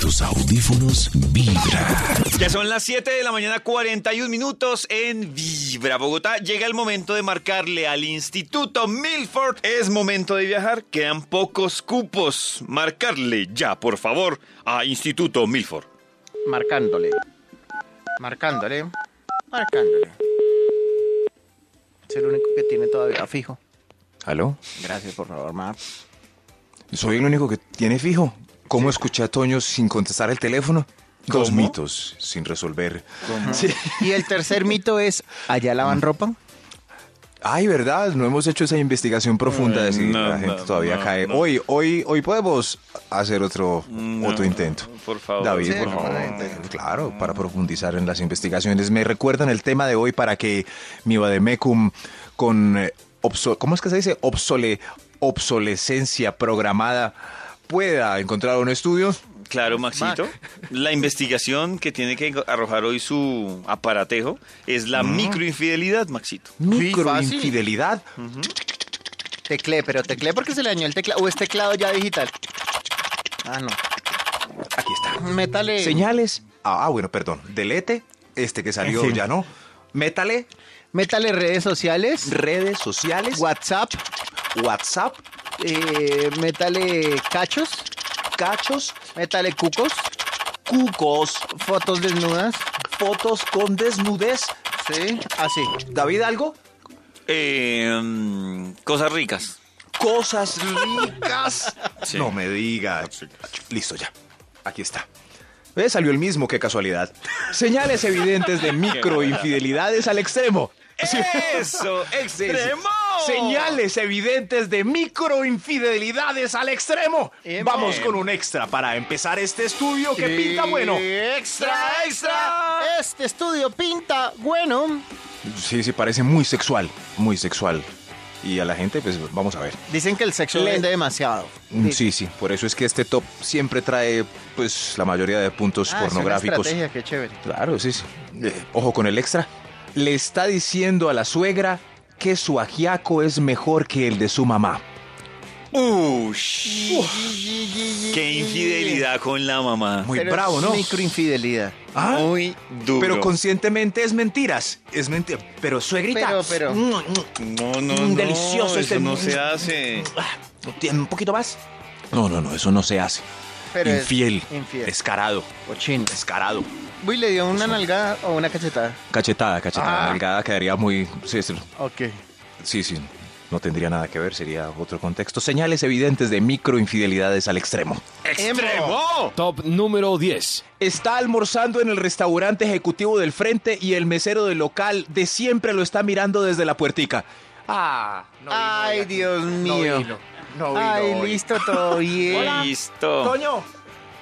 tus audífonos vibra. Ya son las 7 de la mañana, 41 minutos en Vibra Bogotá. Llega el momento de marcarle al Instituto Milford. Es momento de viajar, quedan pocos cupos. Marcarle ya, por favor, a Instituto Milford. Marcándole. Marcándole. Marcándole. Es el único que tiene todavía fijo. ¿Aló? Gracias, por favor, Mar. Soy el único que tiene fijo. ¿Cómo escuché a Toño sin contestar el teléfono? Dos ¿Cómo? mitos sin resolver. Y el tercer mito es, ¿allá lavan ropa? Ay, ¿verdad? No hemos hecho esa investigación profunda de si Eh, no, la gente no, todavía no, cae. no. Hoy, hoy, hoy podemos hacer otro, otro intento. Por favor. Sí, David, por no, favor. no, Eh, Claro, para profundizar en las investigaciones. Me recuerdan el tema de hoy para que mi vademecum con eh, obso- ¿cómo es que se dice? Obsole, obsolescencia programada pueda encontrar un estudio. Claro, Maxito. La investigación que tiene que arrojar hoy su aparatejo es la Mm. microinfidelidad, Maxito. Sí, fácil. Microinfidelidad. Mm. Teclé, pero teclé porque se le dañó el teclado. ¿O es teclado ya digital? Ah, no. Aquí está. Métale. Señales. Ah, ah, bueno, perdón. Delete, este que salió ya no. Métale, Métale redes sociales, redes sociales, WhatsApp, WhatsApp, eh, métale cachos, cachos, métale cucos, cucos, fotos desnudas. fotos con desnudez. Sí, así. David, algo. Eh, mm, cosas ricas. Cosas ricas. Sí. No me diga. Listo ya. Aquí está. Ve, Salió el mismo, qué casualidad. Señales evidentes de microinfidelidades al extremo. Sí. Eso, Sí, sí. extremo. Señales evidentes de microinfidelidades al extremo. Em. Vamos con un extra para empezar este estudio que pinta bueno. Extra, extra. Este estudio pinta bueno. Sí, sí, parece muy sexual, muy sexual. Y a la gente, pues vamos a ver. Dicen que el sexo Le- vende demasiado. Ah, Mm, Sí, sí, por eso es que este top siempre trae, pues, la mayoría de puntos Ah, es una pornográficos. estrategia, qué chévere. Claro, sí, sí. Eh, ojo con el extra. Le está diciendo a la suegra que su ajiaco es mejor que el de su mamá. Ush. Qué infidelidad con la mamá. Muy Pero bravo, es ¿no? Microinfidelidad. Ah, Muy duro. Pero conscientemente es mentiras. Es mentira. Pero suegrita. Pero, pero. Mm, mm, No, no, Mm, no. delicioso eso este- no se hace. ah, ¿tiene ¿Un poquito más? No, no, no, eso no se hace. Pero es infiel, infiel. Descarado. Cochino. Descarado. Uy, le dio una nalgada o una cachetada. Cachetada, cachetada. Ah. Delgada quedaría muy. Sí, sí, Ok. sí, sí. No tendría nada que ver, sería otro contexto. Señales evidentes de microinfidelidades al extremo. ¡Extremo! Top número 10. Está almorzando en el restaurante ejecutivo del frente y el mesero del local de siempre lo está mirando desde la puertica. Ah, Ay, Dios mío. no Ay, listo, todo bien. Listo.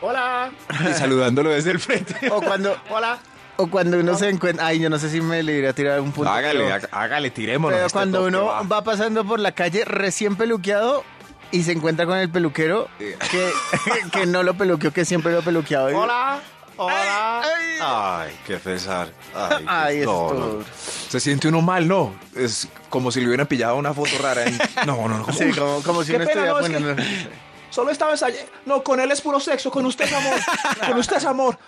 Hola. Y saludándolo desde el frente. O cuando. Hola. O cuando uno se encuentra. Ay, yo no sé si me le iría a tirar un punto. hágale, pero- há- hágale, tirémonos. Pero este cuando toque, uno va. va pasando por la calle recién peluqueado y se encuentra con el peluquero que, que no lo peluqueó, que siempre lo peluqueaba. Hola, hola. Ay, qué pesar. Ay, qué- Ay, es no, todo. no. Se siente uno mal, ¿no? Es como si le hubieran pillado una foto rara. ahí. No, no, no. Sí, como, como si Qué uno pena, estuviera no, es que- poniendo. Solo estaba No, con él es puro sexo, con usted es amor. con usted es amor.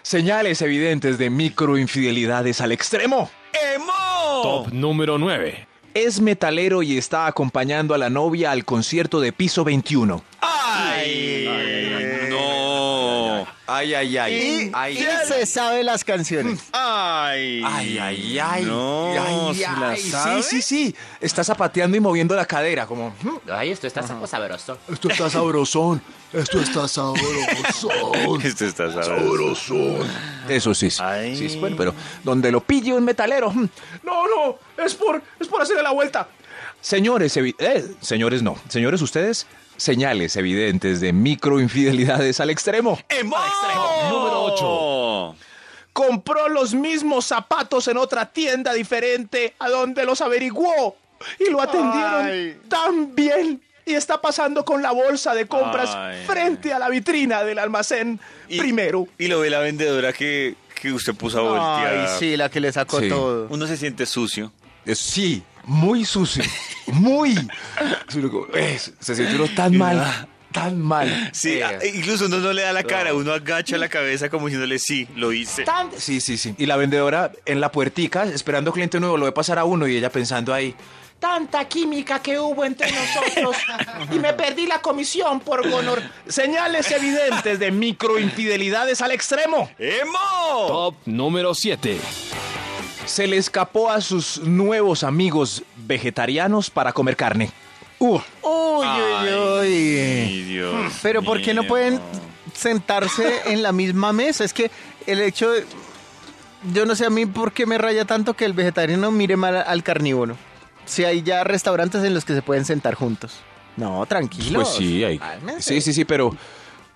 Señales evidentes de microinfidelidades al extremo. ¡Emo! Top número 9. Es metalero y está acompañando a la novia al concierto de piso 21. ¡Ay! ¡No! Ay, ay, Y, y se sabe las canciones. ¡Ay! Ay, ay, ay. No, Ay, ¿se la ay, sabe? Sí, sí, sí. Está zapateando y moviendo la cadera, como. "Mm, Ay, esto está sa- sabroso. Esto está sabrosón. Esto está sabrosón. Esto está sabroso. Eso sí, sí. Ay. Sí, sí, bueno, pero donde lo pille un metalero. mm, No, no, es por, es por hacerle la vuelta. Señores, evi- eh, señores no. Señores, ustedes, señales evidentes de microinfidelidades al extremo. ¡Emo! Número ocho. Compró los mismos zapatos en otra tienda diferente a donde los averiguó y lo atendieron Ay. tan bien. Y está pasando con la bolsa de compras Ay. frente a la vitrina del almacén Y- primero. Y lo ve la vendedora que, que usted puso a Ay, voltear. sí, la que le sacó Sí. todo. Uno se siente sucio. Eh, Sí, muy sucio. Muy. Es uno como, eh, se siente uno tan mal. tan mal. Sí, Eh, a- incluso uno no le da la cara, uno agacha la cabeza como diciéndole sí, lo hice. Sí, sí, sí. Y la vendedora en la puertica, esperando cliente nuevo, lo ve pasar a uno y ella pensando ahí. Tanta química que hubo entre nosotros y me perdí la comisión por honor. Señales evidentes de microinfidelidades al extremo. ¡Emo! Top número 7. Se le escapó a sus nuevos amigos vegetarianos para comer carne. Uy, uy, uy. Ay, Dios Pero ¿por qué no mío. pueden sentarse en la misma mesa? Es que el hecho de... Yo no sé a mí por qué me raya tanto que el vegetariano mire mal al carnívoro. Si hay ya restaurantes en los que se pueden sentar juntos. No, tranquilo. Pues sí, hay. Cálmense. Sí, sí, sí, pero,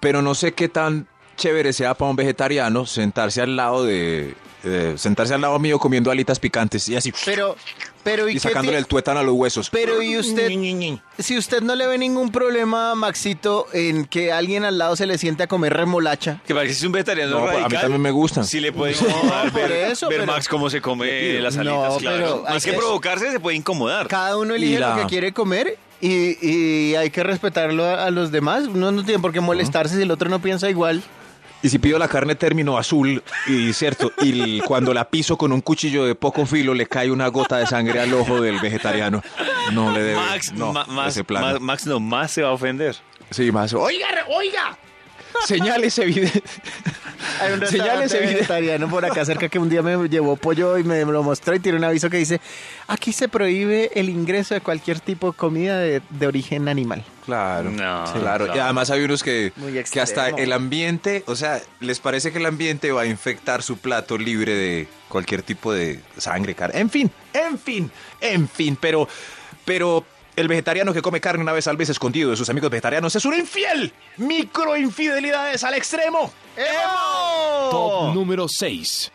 pero no sé qué tan chévere sea para un vegetariano sentarse al lado de. eh, sentarse al lado mío comiendo alitas picantes y así. Pero, pero ¿y, y qué sacándole ti- el tuétano a los huesos. Pero y usted, si usted no le ve ningún problema, Maxito, en que alguien al lado se le siente a comer remolacha. Que parece un vegetariano No, a mí radical. también me gustan. Sí le puede incomodar por ver, eso, ver pero- Max cómo se come las No, alitas, pero claro. hay Más que que- provocarse, se puede incomodar. Cada uno elige Y la- lo que quiere comer y, y hay que respetarlo a, a los demás. Uno no tiene por qué molestarse si el otro no piensa igual. Y si pido la carne término azul, y cierto, y l- cuando la piso con un cuchillo de poco filo, le cae una gota de sangre al ojo del vegetariano. No le debe. Max, no, ma- más, ese plan. más- Max no, más se va a ofender. sí, más. Oye, Oiga, re- oiga. señales evidentes. Hay un Señales restaurante evidentes. vegetariano por acá cerca que un día me llevó pollo y me lo mostró y tiene un aviso que dice, aquí se prohíbe el ingreso de cualquier tipo de comida de, de origen animal. Claro. No, claro. no. Y además hay unos que, Muy que hasta extremo. el ambiente, o sea, les parece que el ambiente va a infectar su plato libre de cualquier tipo de sangre, carne. En fin, en fin, en fin. Pero, pero el vegetariano que come carne una vez al mes escondido de sus amigos vegetarianos es un infiel. Microinfidelidades al extremo. Oh. Top número 6.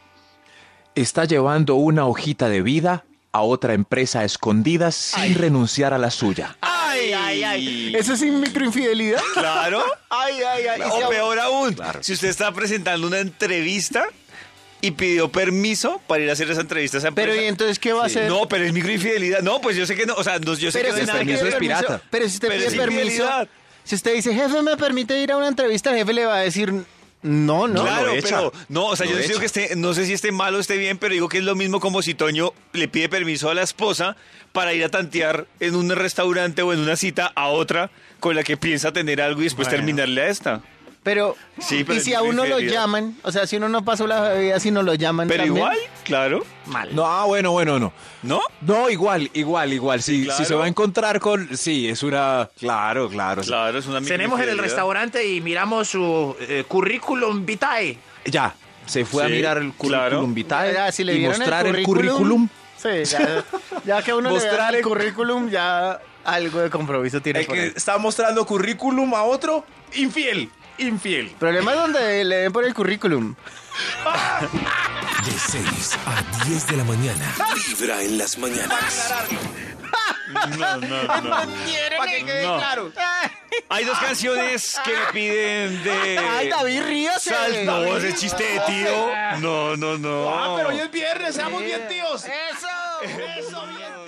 Está llevando una hojita de vida a otra empresa escondida sin renunciar a la suya. ¡Ay, ay, ay! ¿Eso es microinfidelidad? Claro. Ay, ay, ay. Y se- O peor aún, si usted está presentando una entrevista y pidió permiso para ir a hacer esa entrevista a esa Pero empresa. ¿y entonces qué va a hacer? No, pero es microinfidelidad. No, pues yo sé que no. O sea, no- yo sé Pero que no si usted el hay nada permiso que pide es ver. pirata. Pero si usted Pero es pide permiso, infidelidad. si usted dice, jefe, ¿me permite ir a una entrevista? El jefe le va a decir, no, no. lo Claro, echa. pero no, o sea, Lo yo no digo echa. que esté, no sé si esté mal o esté bien, pero digo que es lo mismo como si Toño le pide permiso a la esposa para ir a tantear en un restaurante o en una cita a otra con la que piensa tener algo y después terminarle a esta. Pero, Sí, pero y si es a uno lo infidelidad. llaman, o sea, si uno no pasó la bebida, si no lo llaman Pero también. igual, claro, No, ah, bueno, bueno, no. ¿no? No, igual, igual, igual. Si, claro. si se va a encontrar con. Sí, es una. Claro, claro. sí. Claro, es una Tenemos en el microinfidelidad. restaurante y miramos su eh, currículum vitae. Ya, se fue a Sí, mirar el currículum claro. vitae Ya, si le y vieron mostrar el currículum. Sí, ya, ya que uno le vea Mostrar el el- currículum, ya algo de compromiso tiene El por que ahí. está mostrando currículum a otro, infiel, infiel. Problema es donde le den por el currículum. De 6 a 10 de la mañana. Vibra en las mañanas. Para que quede claro. Hay dos canciones que me piden de Ay, David, ríase. Sal- No, ese chiste de tío. No, no, no. viernes, seamos bien tíos. Eso. Eso, bien